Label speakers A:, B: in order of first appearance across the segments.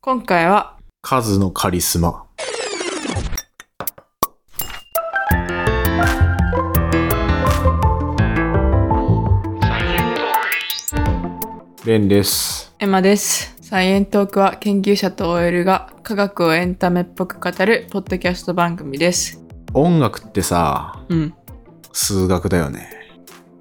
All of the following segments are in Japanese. A: 今回は、
B: 数のカリスマ。レンです。
A: エマです。サイエントークは研究者と OL が科学をエンタメっぽく語るポッドキャスト番組です。
B: 音楽ってさ、
A: うん。
B: 数学だよね。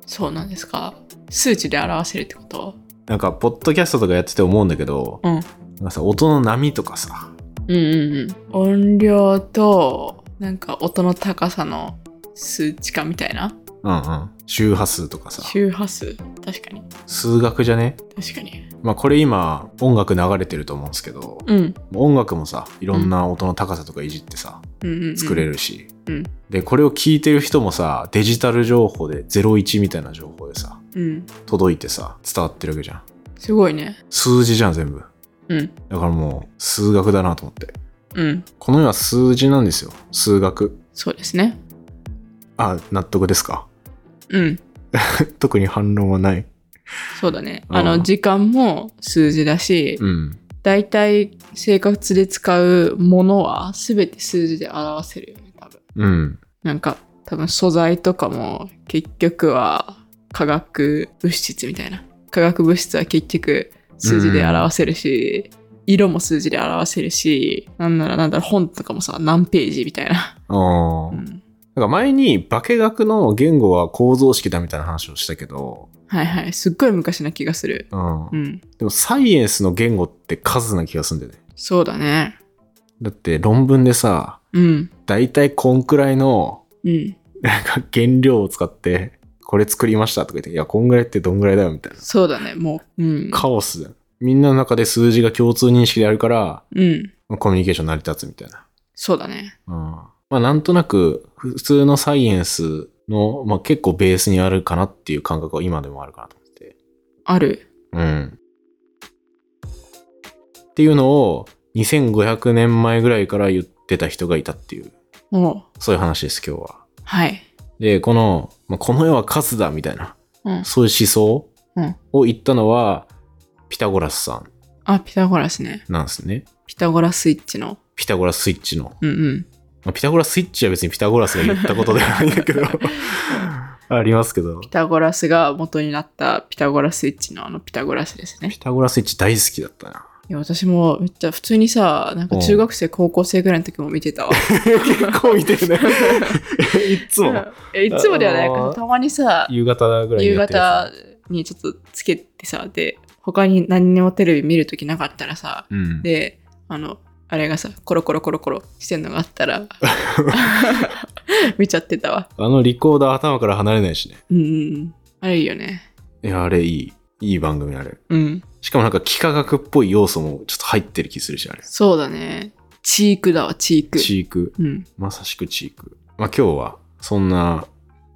A: そうなんですか。数値で表せるってこと
B: なんか、ポッドキャストとかやってて思うんだけど、
A: うん。
B: なんかさ、音の波とかさ、
A: うんうんうん。音量と、なんか音の高さの数値化みたいな。
B: うんうん、周波数とかさ、
A: 周波数。確かに。
B: 数学じゃね
A: 確かに。
B: まあ、これ今、音楽流れてると思うんですけど、
A: うん。
B: 音楽もさ、いろんな音の高さとかいじってさ、
A: うん、うん。
B: 作れ。るし、
A: うん。
B: でこれを聞いてる人もさデジタル情報で01みたいな情報でさ
A: うん。
B: 届いてさ伝わってるわけじゃん
A: すごいね。
B: 数字じゃん全部
A: うん。
B: だからもう数学だなと思って
A: うん。
B: この世は数字なんですよ数学
A: そうですね。
B: あ納得ですか
A: うん。
B: 特に反論はない
A: そうだね。
B: うん
A: あの、時間も数字だし、
B: うん
A: 大体生活で使うものは全て数字で表せるよね、多分。
B: うん
A: なんか、多分素材とかも結局は化学物質みたいな。化学物質は結局数字で表せるし、色も数字で表せるし、なんならなんだろう、本とかもさ、何ページみたいな。
B: ああ、
A: うん。
B: なんか前に化学の言語は構造式だみたいな話をしたけど、
A: はいはい。すっごい昔な気がする。
B: うん
A: うん。
B: でもサイエンスの言語って数な気がするんだよね
A: そうだね。
B: だって論文でさ
A: うん。
B: 大体こんくらいの
A: うん。
B: なんか原料を使って、これ作りましたとか言って、いや、こんぐらいってどんぐらいだよみたいな。
A: そうだね。もう。うん。
B: カオスだよ。みんなの中で数字が共通認識であるから、
A: うん。
B: コミュニケーション成り立つみたいな。
A: そうだね。
B: うん。まあ、なんとなく、普通のサイエンスの、まあ、結構ベースにあるかなっていう感覚は今でもあるかなと思って。
A: ある。
B: うん。っていうのを、2500年前ぐらいから言ってた人がいたっていう、
A: おう
B: そういう話です、今日は。
A: はい。
B: で、この、まあ、この世は数だみたいな。
A: うん。
B: そういう思想
A: うん
B: を言ったのは、ピタゴラスさ
A: あ、ピタゴラスね。
B: んなんですね。
A: ピタゴラスイッチの。
B: ピタゴラスイッチの。
A: うんうん。
B: まあピタゴラスイッチは別にピタゴラスが言ったことではないんだけ ど、ありますけど。
A: ピタゴラスが元になったピタゴラスイッチのあのピタゴラスですね
B: ピ。タゴラスイッチ大好きだったな。
A: いや、私もめっちゃ普通にさ、なんか中学生、高校生ぐらいの時も見てたわ。
B: 結構見てるね。 いっつも。
A: えいつもではな
B: あの
A: い
B: ー
A: たまにさ、
B: 夕方ぐらいに
A: 夕
B: やってるや
A: 方にちょっとつけてさ、で、他に何にもテレビ見るときなかったらさ、
B: つ。うん。
A: で、あの、あれがさ、コロコロコロコロしてんのがあった ら、見ちゃってたわ。
B: あのリコーダー頭から離れないしね。
A: うんうん。あれいいよね。
B: いや、あれいい。いい番組あれ。
A: うん。
B: しかもなんか幾何学っぽい要素もちょっと入ってる気するし、あれ。
A: そうだね。チークだわ、チーク。
B: 飼育。
A: うん。
B: まさしくチーク。まあ今日は、そんな、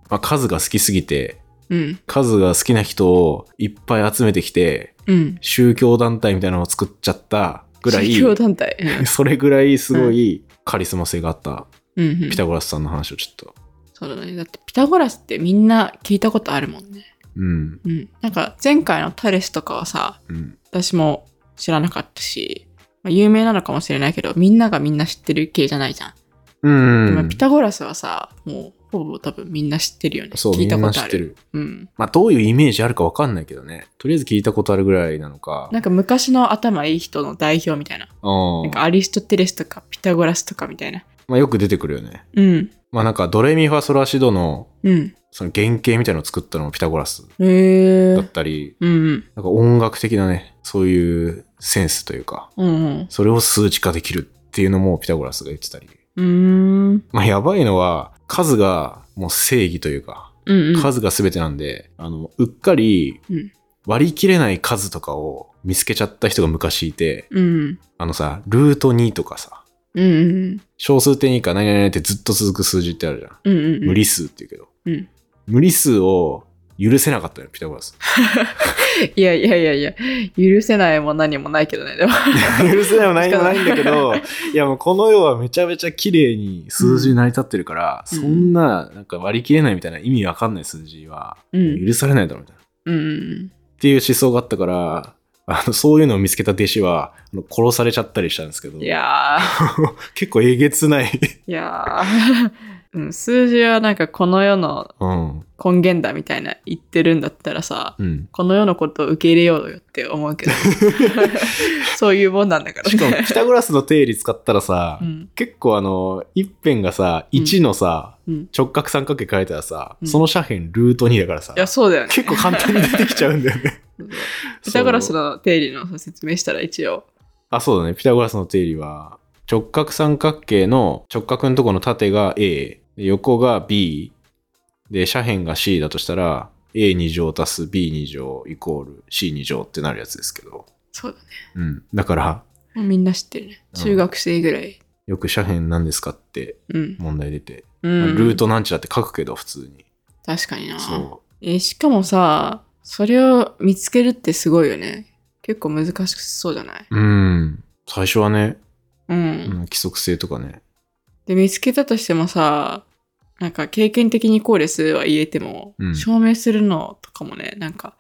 B: まあ数が好きすぎて、
A: うん。
B: 数が好きな人をいっぱい集めてきて、
A: うん。
B: 宗教団体みたいなのを作っちゃったぐらい
A: 宗、教団 体。うん
B: それぐらいすごいカリスマ性があった
A: うん、うん
B: ピ。タゴラスさんの話をちょっと。
A: そうだね。だってピタゴラスってみんな聞いたことあるもんね。
B: うん、
A: うん。なんか前回のタレスとかはさ、
B: うん、
A: 私も知らなかったし、まあ、有名なのかもしれないけど、みんながみんな知ってる系じゃないじゃん。
B: うん。
A: でもピタゴラスはさ、もうほぼ多分みんな知ってるよね。
B: そう、
A: 聞
B: み
A: いた
B: ん
A: こ
B: な
A: とあ
B: 知っ
A: る。
B: てる。
A: うん。
B: まあどういうイメージあるかわかんないけどね。とりあえず聞いたことあるぐらいなのか。
A: なんか昔の頭いい人の代表みたいな。
B: うん
A: なんかアリストテレスとかピタゴラスとかみたいな。
B: まあよく出てくるよね。
A: うん。
B: まあなんかドレミファソラシドの
A: うん。
B: その原型みたいなのを作ったのもピタゴラス
A: へえ
B: だっ。たり、
A: うんうん。
B: なんか音楽的なね、そういうセンスというか、
A: うん
B: それを数値化できるっていうのもピタゴラスが言ってたり。
A: うん。うーん。
B: まあ、やばいのは、数がもう正義というか、
A: うんうん。
B: 数が全てなんで、あの、うっかり
A: うん
B: 割り切れない数とかを見つけちゃった人が昔いて、
A: うん。
B: あのさ、ルート2とかさ、
A: うんうん。
B: 小数点以下何々々ってずっと続く数字ってあるじゃん。
A: うんうんうん。
B: 無理数って言うけど。
A: うん。
B: 無理数を許せなかったのよ、ピタゴラス。
A: いやいやいやいや、許せないも何もないけどね、でも。
B: 許せないも何もないんだ けど、いやもうこの世はめちゃめちゃ綺麗に数字成り立ってるから、
A: うん
B: そんななんか割り切れないみたいな意味わかんない数字は
A: うん。
B: 許されないだろうみたいな。
A: うん。
B: っていう思想があったから、あのそういうのを見つけた弟子はあの殺されちゃったりしたんですけど
A: いやー、
B: 結構えげつない、
A: いやー うん、数字はなんかこの世の
B: うん
A: 根源だみたいな言ってるんだったらさ、
B: うん、
A: この世のことを受け入れようよって思 うけど、そういうもんなんだから
B: しかも
A: ね。
B: ピタゴラスの定理使ったらさ、
A: うん、
B: 結構あの一辺がさ1のさ、
A: うん
B: 直角三角形書いたらさ、
A: うん
B: その斜辺ルート2だからさ
A: いや、そうだよね。
B: 結構簡単に出てきちゃうんだよね
A: ピタゴラスの定理の説明したら一応。
B: あ、そうだね。ピタゴラスの定理は、直角三角形の直角のところの縦が A、で横が B、で、斜辺が C だとしたら、A2 乗足す B2 乗イコール C2 乗ってなるやつですけど。
A: そうだね。
B: うん。だから、
A: もうみんな知ってるね。
B: うん
A: 中学生ぐらい。
B: よく斜辺何ですかって
A: うん。
B: 問題出て、
A: うん、
B: ルートなんちゃらって書くけど、普通に。
A: 確かにな。
B: そ。
A: えーしかもさ、それを見つけるってすごいよね。結構難しそうじゃないう
B: うん。最初はね、
A: うん。
B: うん、規則性とかね。
A: で、見つけたとしてもさ、なんか経験的にこうですは言えても、
B: うん
A: 証明するのとかもね、なんか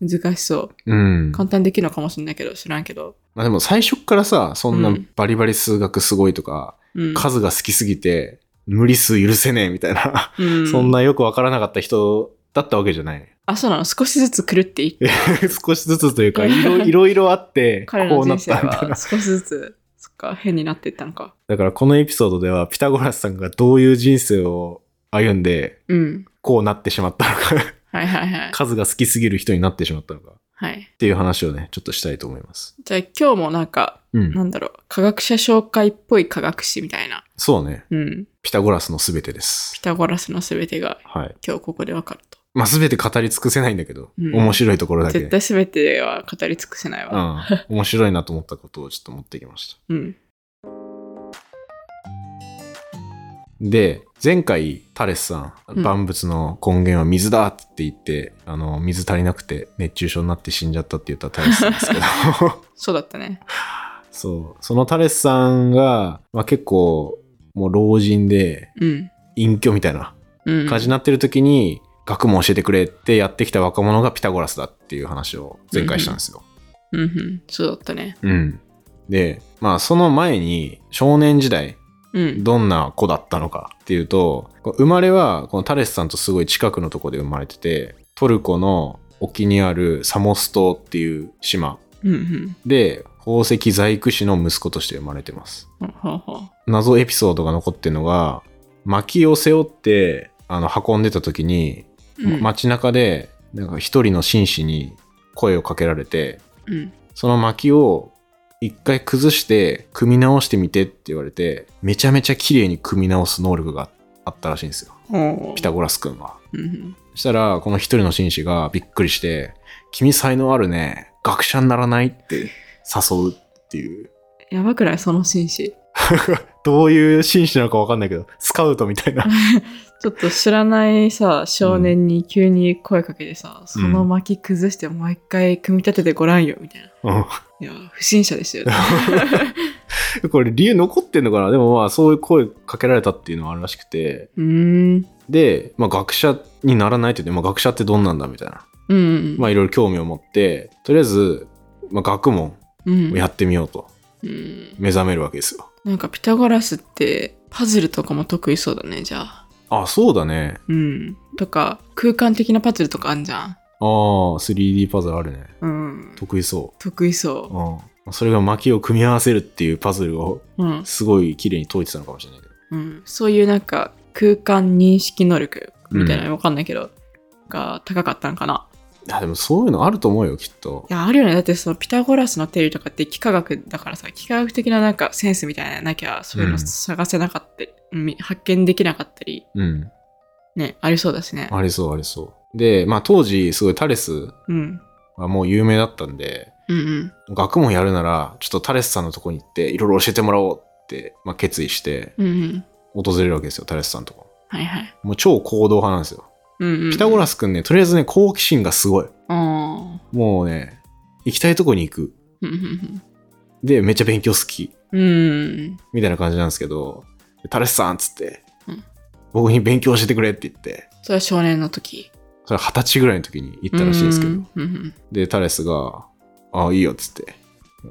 A: 難しそう。
B: うん。
A: 簡単にできるのかもしれないけど、知らんけど。
B: まあでも最初っからさ、そんな
A: うん
B: バリバリ数学すごいとか、
A: うん。
B: 数が好きすぎて、無理数許せねえみたいな、
A: う
B: そん。なよくわからなかった人だったわけじゃない。
A: あ、そうなの少しずつ狂っていって、
B: 少しずつというか、いろいろいろあって、こ
A: 彼の
B: うな
A: 人
B: っ
A: 生
B: たみたい
A: は
B: な。
A: 少しずつ、そっか、変になっていったのか。
B: だからこのエピソードでは、ピタゴラスさんがどういう人生を歩んで、
A: うん。
B: こうなってしまったの か、
A: はいはいはい。
B: 数が好きすぎる人になってしまったのか、っ
A: はい。
B: ていう話をね、ちょっとしたいと思います。
A: じゃあ今日もなんか、
B: うん
A: な。んだろう、科学者紹介っぽい科学史みたいな。
B: そうね。
A: うん。
B: ピタゴラスのすべてです
A: ピ。タゴラスのすべてが
B: はい。
A: 今日ここでわかると。
B: まあ、すべて語り尽くせないんだけど、
A: うん
B: 面白いところだけ。
A: 絶対すべては語り尽くせないうわ。
B: ん。面白いなと思ったことをちょっと持ってきました。
A: うん。
B: で、前回、タレスさ
A: うん
B: ん、万物の根源は水だって言って、あの、水足りなくて熱中症になって死んじゃったって言ったタレスさんですけ ど、
A: そうだったね。
B: そう、そのタレスさんが、まあ、結構、もう老人で、
A: うん。
B: 隠居みたいな
A: うん。
B: 感じになってる時に、学問教えてくれってやってきた若者がピタゴラスだっていう話を前回したんですよ。
A: うんうん。そうだったね。
B: うん。で、まあ、その前に、少年時代、
A: うん。
B: どんな子だったのかっていうとこう生まれはこのタレスさんとすごい近くのとこで生まれててトルコの沖にあるサモス島っていう島
A: うんうん。
B: で宝石細工師の息子として生まれてます
A: ほうほうほう。
B: 謎エピソードが残ってるのが薪を背負ってあの運んでた時に、
A: うん、
B: 街中でなんか一人の紳士に声をかけられて
A: うん。
B: その薪を一回崩して組み直してみてって言われて、めちゃめちゃ綺麗に組み直す能力があったらしいんですよ。
A: ほう
B: ピタゴラス君は。
A: うんうん。
B: そしたら、この一人の紳士がびっくりして、君才能あるね。学者にならないって誘うっていう。
A: やばくないその紳士。
B: どういう紳士なのかわかんないけど、スカウトみたいな。
A: ちょっと知らないさ、少年に急に声かけてさ、その薪崩してもう一回組み立ててごらんよ、みたいな。
B: う
A: いや、不審者ですよ、ね。
B: ん これ理由残ってんのかなでもまあそういう声かけられたっていうのはあるらしくて。
A: うーん。
B: で、まあ学者にならないって言って、まあ学者ってどんなんだみたいな。
A: うんうん。
B: まあいろいろ興味を持って、とりあえず、まあ、学問
A: うん
B: をやってみようと
A: うん。
B: 目覚めるわけですよ。
A: なんかピタゴラスってパズルとかも得意そうだね、じゃあ。
B: あ、そうだね。
A: うん。とか、空間的なパズルとかあんじゃん。
B: ああ、3D パズルあるね。
A: うん。
B: 得意そ
A: 得意
B: う。
A: そ
B: うん。それが薪を組み合わせるっていうパズルを
A: う。うん。
B: すごい綺麗に解いてたのかもしれないけど。
A: うん。そういうなんか空間認識能力みたいな
B: う
A: のわかんないけど、が高かったのかな。
B: いや、でもそういうのあると思うよ、きっと
A: い。や、あるよね。だってそのピタゴラスの定理とかって幾何学だからさ、幾何学的ななんかセンスみたいなのなきゃ、そういう
B: う
A: の
B: ん
A: 探せなかったり、み発見できなかったり、
B: うん。
A: ね、ありそうだしね。
B: ありそう、ありそう。で、まあ当時、すごいタレス
A: うん。
B: はもう有名だったんで、
A: うんうん。
B: 学問やるなら、ちょっとタレスさんのとこに行って、いろいろ教えてもらおうって、まあ決意して、
A: うんうん。
B: 訪れるわけですよ、タレスさんのとこ。
A: はいはい。
B: もう超行動派なんですよ。
A: うん、うん。
B: ピタゴラ
A: ス。
B: スくんね、とりあえずね、好奇心がすごい。
A: ああ。
B: もうね、行きたいとこに行く。
A: うんうん
B: で、めっちゃ勉強好き。
A: うん。うん。
B: みたいな感じなんですけど、タレスさんっつって、
A: うん
B: 僕に勉強教えてくれって言って、
A: それは少年の時。
B: それ二十歳ぐらいの時に行ったらしいんですけど、
A: うんうん。
B: で、タレスが、ああ、いいよっつって、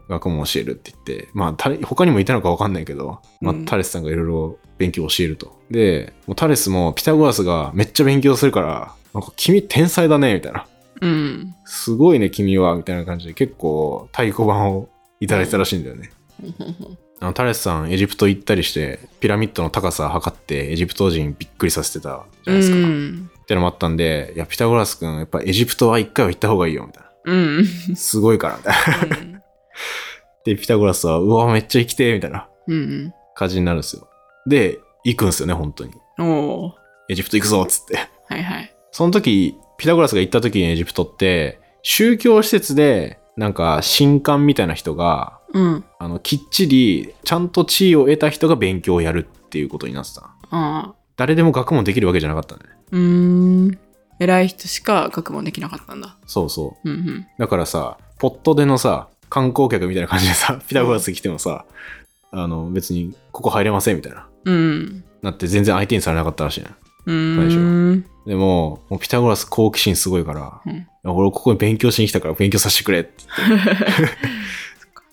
B: 学問教えるって言って、まあ、タレ他にもいたのか分かんないけど、まあ
A: うん、
B: タレスさんがいろいろ勉強を教えると。で、もうタレスもピタゴラスがめっちゃ勉強するから、なんか君天才だね、みたいな。
A: うん。
B: すごいね、君は、みたいな感じで結構太鼓判をいただいたらしいんだよね。あのタレスさん、エジプト行ったりして、ピラミッドの高さ測って、エジプト人びっくりさせてたじゃないですか。
A: う
B: っ
A: ん。
B: てのもあったんで、いや、ピタゴラス君、やっぱエジプトは一回は行った方がいいよ、みたい
A: うん。
B: な。 すごいから、みたいな。で、ピタゴラスは、うわ、めっちゃ生きてえ、みたいな
A: うん。
B: 感じになるんですよ。で、行くんですよね、本当に。
A: うん。おー
B: エジプト行くぞ、つって。
A: はいはい。
B: その時、ピタゴラスが行った時にエジプトって、宗教施設で、なんか、神官みたいな人が、
A: うん。
B: あの、きっちり、ちゃんと地位を得た人が勉強をやるっていうことになってた。
A: ああ。
B: 誰でも学問できるわけじゃなかったね。
A: うーん。偉い人しか学問できなかったんだ。
B: そうそう。
A: うんうん。
B: だからさ、ポットでのさ、観光客みたいな感じでさ、 ピタゴラス来てもさ、あの、別に、ここ入れませんみたいな。
A: うん。
B: なって全然相手にされなかったらしいね。
A: うーん。
B: でも、もうピタゴラス好奇心すごいから、
A: うん
B: いや俺ここに勉強しに来たから勉強させてくれって。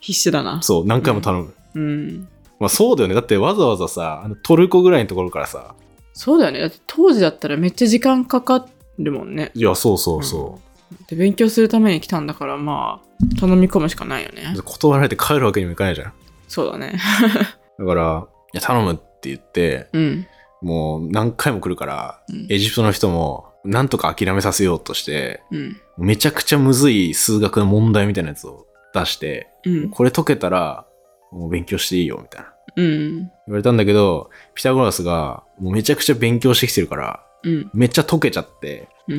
A: 必死だな。
B: そう、何回も頼む。
A: う ん。
B: まあそうだよね。だってわざわざさ、あのトルコぐらいのところからさ、
A: そうだよね。だって当時だったらめっちゃ時間かかるもんね。
B: いや、そうそうそ
A: で勉強するために来たんだから、まあ、頼み込むしかないよね
B: う。。断られて帰るわけにもいかないじゃん。
A: そうだね。
B: だから、いや、頼むって言って、
A: うん。
B: もう何回も来るから、
A: うん
B: エジプトの人も、なんとか諦めさせようとして、
A: うん。
B: めちゃくちゃむずい数学の問題みたいなやつを出して、
A: うん。
B: これ解けたら、もう勉強していいよ、みたいな。
A: うん。
B: 言われたんだけど、ピタゴラスが、もうめちゃくちゃ勉強してきてるから、
A: うん。
B: めっちゃ解けちゃって、
A: う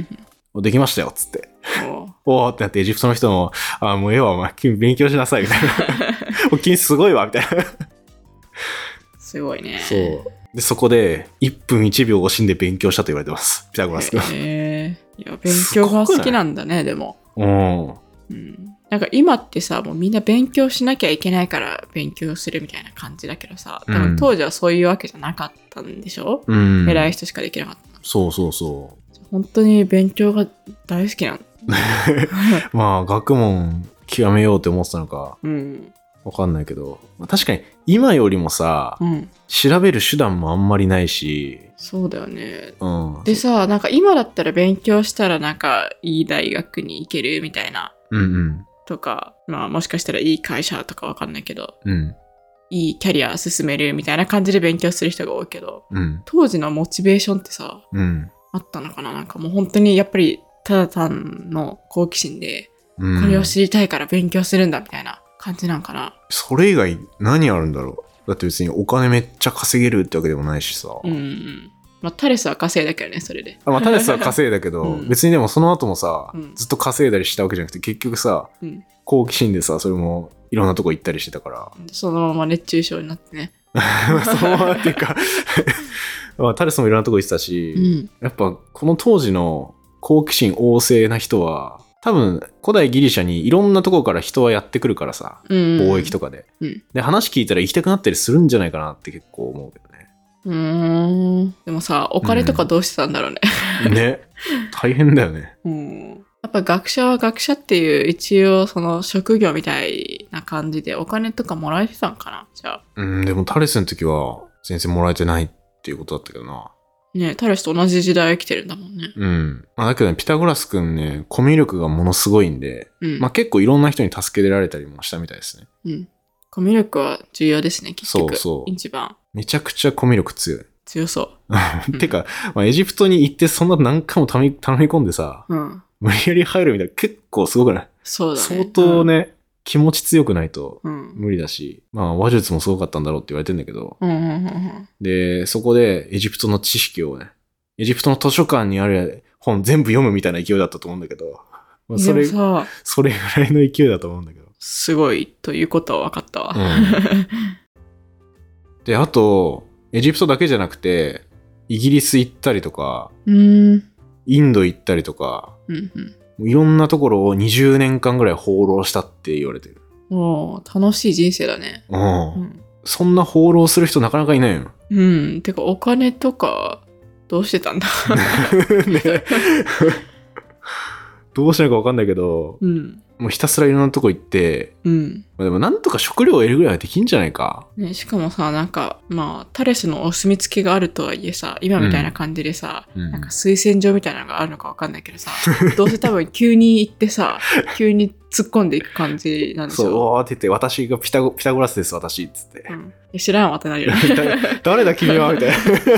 A: ん。
B: できましたよ、つって。
A: おー
B: おーってなって、エジプトの人も、あーもうええわ、お前、君勉強しなさい、みたい な。お君すごいわ、みたいな。
A: すごいね。
B: そう。で、そこで、1分1秒惜しんで勉強したと言われてます。ピタゴラスが。
A: へえいや、勉強が好きなんだね、でも。
B: うん。
A: うん。なんか今ってさ、もうみんな勉強しなきゃいけないから勉強するみたいな感じだけどさ、多
B: うん
A: 分当時はそういうわけじゃなかったんでしょ、
B: うん。
A: 偉い人しかできなかった。
B: そうそうそ
A: 本当に勉強が大好き なんだ。
B: う。まあ、学問極めようって思ってたのか、
A: うん。
B: わかんないけど、まあ、確かに、今よりもさ、
A: うん。
B: 調べる手段もあんまりないし、
A: そうだよね。
B: うん。
A: でさ、なんか今だったら勉強したらなんかいい大学に行けるみたいな
B: うんうん。
A: とか、まあもしかしたらいい会社とかわかんないけど、
B: うん。
A: いいキャリア進めるみたいな感じで勉強する人が多いけど、
B: うん。
A: 当時のモチベーションってさ、
B: うん。
A: あったのかななんかもう本当にやっぱりただ単の好奇心で、
B: うん、
A: これを知りたいから勉強するんだみたいな感じなんかな。
B: それ以外何あるんだろうだって別にお金めっちゃ稼げるってわけでもないしさ。
A: うん、うん。まあタレスは稼いだけどね、それで。
B: あまあ、タレスは稼いだけど、
A: うん
B: 別にでもその後もさ、
A: うん
B: ずっと稼いだりしたわけじゃなくて、結局さ、
A: うん
B: 好奇心でさ、それもいろんなとこ行ったりしてたか
A: そのまま熱中症になってね。
B: ら、 そのままっていうか、まあ、タレスもいろんなとこ行ってたし、
A: うん。
B: やっぱこの当時の好奇心旺盛な人は、多分古代ギリシャにいろんなとこから人はやってくるからさ、
A: うん。
B: 貿易とかで。
A: うん
B: で、話聞いたら行きたくなったりするんじゃないかなって結構思うけどね。
A: うーん。でもさ、お金とかどうしてたんだろうね。
B: ね。大変だよね。
A: うん。やっぱ学者は学者っていう一応その職業みたいな感じでお金とかもらえてたんかなじゃあ。
B: うん、でもタレスの時は全然もらえてないっていうことだったけどな。
A: ねタレスと同じ時代生きてるんだもんね。
B: うん。まあ、だけどね、ピタゴラスくんね、コミュ力がものすごいんで、
A: うん。
B: まあ結構いろんな人に助けられたりもしたみたいですね。
A: うん。コミュ力は重要ですね、結局。
B: そうそう
A: 一番
B: めちゃくちゃコミュ力強い。
A: 強そ
B: てか、まあ、エジプトに行ってそんな何回も頼み頼み込んでさ、
A: う。うん。
B: 無理やり入るみたいな、結構すごくない、
A: そうだね。
B: 相当。ね、気持ち強くないと
A: うん。
B: 無理だし、まあ話術もすごかったんだろうって言われてんだけど、
A: うん。うんうんうん
B: で、そこでエジプトの知識をね、エジプトの図書館にある本全部読むみたいな勢いだったと思うんだけど、
A: う
B: まあ
A: ん。
B: そ
A: でも
B: れ、
A: さ、
B: それぐらいの勢いだと思うんだけど。
A: すごいということは分かったわ。
B: で、あと、エジプトだけじゃなくて、イギリス行ったりとか、
A: うん。
B: インド行ったりとか、
A: うん。うん。
B: いろんなところを20年間ぐらい放浪したって言われてる。
A: もう、楽しい人生だね。
B: う。
A: うんん。
B: そんな放浪する人なかなかいないよ。
A: うん。てか、お金 とか、どうしてたんだ
B: ね どうしたのか分かんないけど、
A: うん。
B: もうひたすらいろんなとこ行って、
A: うん。
B: まあでもなんとか食料を得るぐらいはできんじゃないか。
A: ね、しかもさ、なんか、まあ、タレスのお墨付きがあるとはいえさ、今みたいな感じでさ、
B: うん
A: なんか推薦状みたいなのがあるのかわかんないけど さ、どうせ多分急に行ってさ、急に突っ込んでいく感じなんでし
B: そう、
A: ょ。
B: おーって言って、私がピタゴピタゴラスです、私、 っつって。
A: うんえ知らんわってなるよね。
B: 誰だ君はみたいな。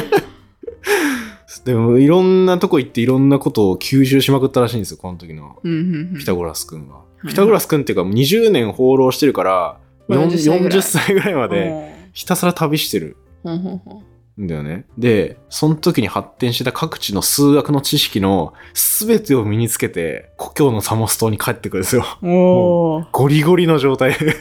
B: でも、いろんなとこ行っていろんなことを吸収しまくったらしいんですよ、この時の
A: うんうんうん
B: ピタゴラス君は。
A: い
B: ピタゴラス君っていうか、もう20年放浪してるから、よん
A: 40歳ぐらい
B: 40歳ぐらいまでひたすら旅してる
A: うんうんうんうん
B: んだよね。で、その時に発展した各地の数学の知識の全てを身につけて、故郷のサモス島に帰ってくるんですよ。
A: おー
B: ゴリゴリの 状態で。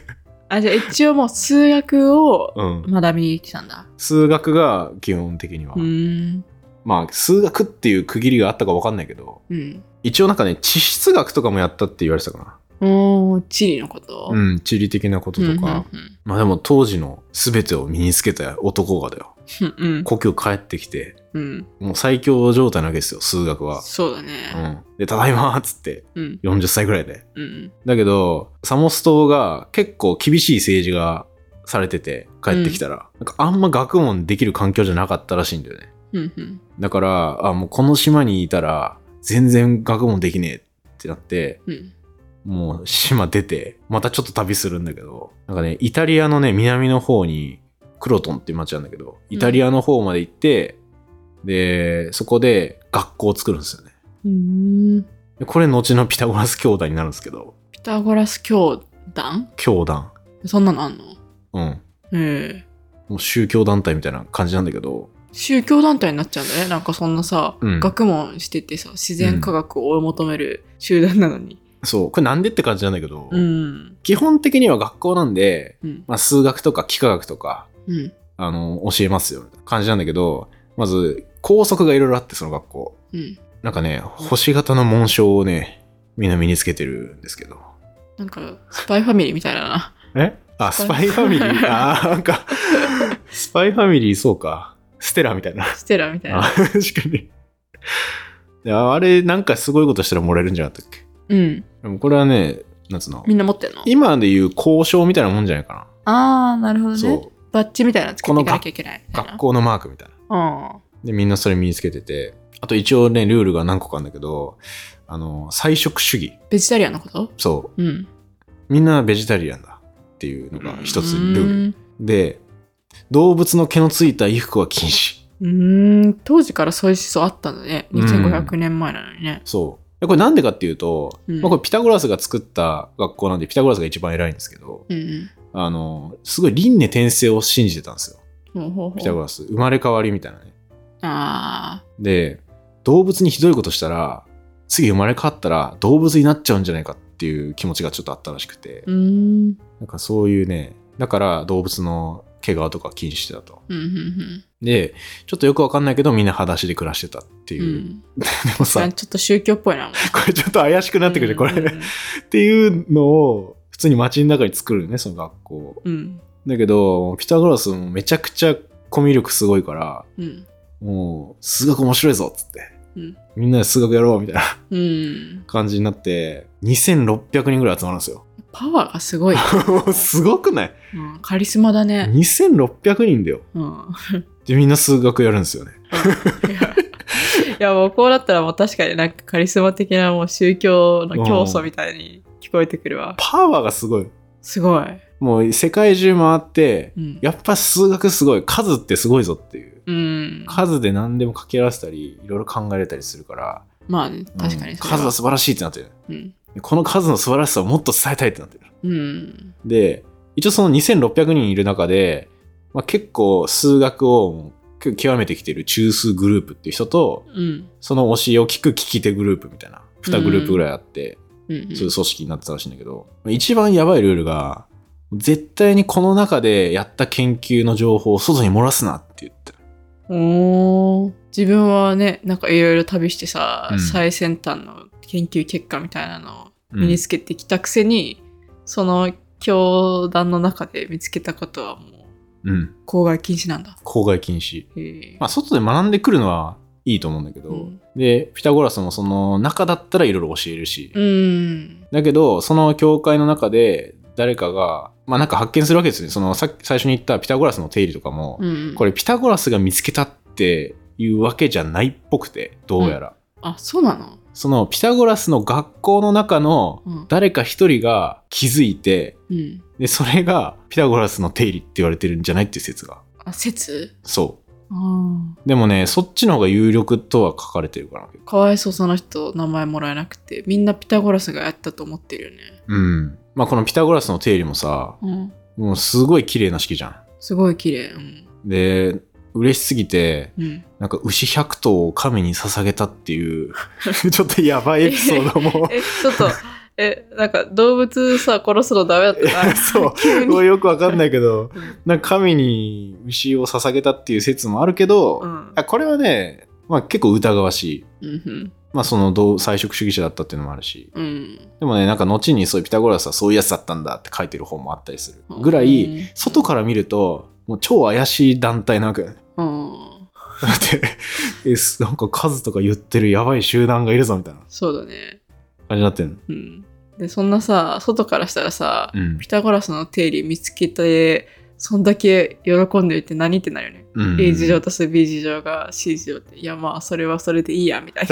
A: あじゃあ一応もう数学を
B: うん。
A: 学びに行ってたんだ。
B: 数学が基本的には。
A: うーん。
B: まあ、数学っていう区切りがあったか分かんないけど、
A: うん。
B: 一応なんかね、地質学とかもやったって言われてたかな。
A: おー地理のこと。
B: うん、地理的なこととか。
A: うん
B: まあでも当時の全てを身につけた男がだよ。
A: うんうん。
B: 故郷帰ってきて、
A: うん。
B: もう最強状態なわけですよ、数学は。
A: そうだ
B: う
A: ね。
B: ん。で、ただいまーっつって、
A: うん。
B: 40歳ぐらいで。
A: うん。
B: だけど、サモス島が結構厳しい政治がされてて、帰ってきたら、なんかあんま学問できる環境じゃなかったらしいんだよね。
A: うん。うん。
B: だから、あ、もうこの島にいたら、全然学問できねえってなって、
A: うん。
B: もう島出て、またちょっと旅するんだけど、なんかね、イタリアのね、南の方に、クロトンっていう町なんだけど、イタリアの方まで行って、で、そこで学校を作るんですよね。
A: うん。
B: でこれ、後のピタゴラス教団になるんですけど、
A: ピタゴラス教団
B: 教団。
A: そんなのあんの
B: うん。
A: ええ。
B: もう宗教団体みたいな感じなんだけど、
A: 宗教団体になっちゃうんだね。なんかそんなさ、
B: うん
A: 学問しててさ、自然科学を追い求める集団なのに。
B: そう、これなんでって感じなんだけど、
A: うん。
B: 基本的には学校なんで、
A: うん。
B: まあ、数学とか幾何学とか、
A: うん。
B: あの、教えますよ、みたいな感じなんだけど、まず、校則がいろいろあって、その学校。
A: うん。
B: なんかね、星型の紋章をね、みんな身につけてるんですけど。
A: なんか、スパイファミリーみたいだな。
B: えあ、
A: ス
B: ス
A: パ
B: パ
A: イ
B: イファミリ ー。あーなんか、スパイファミリー、そうか。ステラみたいな。
A: ステラみたい
B: あ
A: な。
B: 確かに。いやあれ、なんかすごいことしたらもらえるんじゃなかったっけ
A: うん。
B: でもこれはね、なんつうの
A: み。んな持ってんの
B: 今でいう交渉みたいなもんじゃないか
A: ああ、なるほ
B: な。
A: ど
B: そ
A: ね。
B: う。
A: バッジみたいなのつけていかなきゃいけないみたいな。
B: 学校のマークみたいな。
A: あ
B: で、みんなそれ身につけてて、あと一応ね、ルールが何個かあるんだけど、あの、菜食主義。
A: ベジタリアンのこと
B: そ
A: うん。
B: う。みんなベジタリアンだっていうのが一つルール。
A: ル。
B: で、動物の毛のついた衣服は禁止。
A: うーん、当時からそういう思想あったんだね。
B: うん
A: 2500年前なのにね。
B: そう。でこれなんでかっていうと、
A: うん
B: まあ、これピタゴラスが作った学校なんで、ピタゴラスが一番偉いんですけど、
A: うん
B: あの、すごい輪廻転生を信じてたんですよ。
A: うん。ほうほうほう
B: ピタゴラス。生まれ変わりみたいなね。
A: あ
B: で、動物にひどいことしたら、次生まれ変わったら動物になっちゃうんじゃないかっていう気持ちがちょっとあったらしく
A: ー。
B: て
A: う、ーん。
B: なんかそういうね、だから動物の毛皮とか禁止してたと。
A: うんうんうん
B: で、ちょっとよくわかんないけどみんな裸足で暮らしてたって
A: う
B: いう。
A: ん。
B: でもさ
A: なん、かちょっと宗教っぽいな。もう
B: これちょっと怪しくなってくる、これ。
A: うんうん
B: っていうのを普通に街の中に作るよね、その学校。
A: うん。
B: だけど、ピタゴラスもめちゃくちゃコミュ力すごいから、
A: うん。
B: もう数学面白いぞっつって。
A: うん
B: みんなで数学やろうみたいな
A: うん。
B: 感じになって、2600人ぐらい集まるんですよ。
A: パワーがすごい。
B: もうすごくない
A: うんカリスマだね。
B: ?2600 人だよ。
A: うん。
B: で、みんな数学やるんですよね。
A: いやいやもうこうなったらもう確かになんかカリスマ的なもう宗教の教祖みたいに聞こえてくるわ。
B: パワーがすごい。
A: すごい。
B: もう世界中回って、
A: うん。
B: やっぱ数学すごい。数ってすごいぞっていう。
A: うん、
B: 数で何でも掛け合わせたり、いろいろ考えれたりするから。
A: まあね
B: うん
A: 確かにそれ
B: 数は
A: は。
B: 素晴らしいってなってる。
A: うん。
B: この数の素晴らしさをもっと伝えたいってなってる。
A: うん。
B: で、一応その2600人いる中で、まあ、結構数学をもう結構極めてきてる中数グループっていう人と、
A: うん。
B: その教えを聞く聞き手グループみたいな、2グループぐらいあって、
A: うん。
B: そういう組織になってたらしいんだけど、一番やばいルールが、絶対にこの中でやった研究の情報を外に漏らすなって言ってる。
A: おー自分はねなんかいろいろ旅してさ、
B: うん
A: 最先端の研究結果みたいなのを
B: うん
A: 身につけてきたくせに、その教団の中で見つけたことはもう
B: うん。
A: 公害禁止なんだ。
B: 公害禁止。
A: へえ
B: まあ、外で学んでくるのはいいと思うんだけど、
A: うん
B: でピタゴラスもその中だったらいろいろ教えるし、
A: うん。
B: だけどその教会の中で誰かがまあなんか発見するわけですねそのさっき最初に言ったピタゴラスの定理とかも、
A: うん。
B: こ
A: れ。
B: れピタゴラスが見つけたっていうわけじゃないっぽくてどうやら、
A: あ、そうなの
B: そのピタゴラスの学校の中の
A: うん
B: 誰か一人が気づいて
A: うん。
B: でそれがピタゴラスの定理って言われてるんじゃないっていう説が
A: あ、説
B: そ
A: ああ。
B: うでもねそっちの方が有力とは書かれてるかな
A: かわいそうその人、名前もらえなくて。みんなピタゴラスがやったと思ってるよね。
B: うんまあこのピタゴラスの定理もさ
A: うん。
B: もうすごい綺麗な式じゃ
A: すごい綺麗。うん。
B: んで嬉しすぎて
A: うん。
B: なんか牛100頭を神に捧げたっていう ちょっとやばいエピソードも
A: え、ちょっと、 え、なんか動物さ、殺すのダメだったな
B: そう
A: 急に
B: これよくわかんないけど
A: うん
B: なんか神に牛を捧げたっていう説もあるけど、
A: うん
B: あこれはね、まあ、結構疑わし
A: う
B: い、
A: ん。
B: まあ、その同菜食主義者だったっていうのもあるし
A: うん。
B: でもねなんか後にそういうピタゴラスはそういうやつだったんだって書いてる本もあったりするぐらい、
A: うん
B: 外から見るともう超怪しい団体なわけだ ね
A: うん。
B: だってえすなんか数とか言ってるやばい集団がいるぞみたいな
A: そうだね。
B: 感じになってんの
A: うん。で、そんなさ、外からしたらさ、
B: うん
A: ピタゴラスの定理見つけて、そんだけ喜んでるって何ってなるよね。
B: うん
A: A 事情足す B 事情が C 事情って、いやまあ、それはそれでいいや、みたい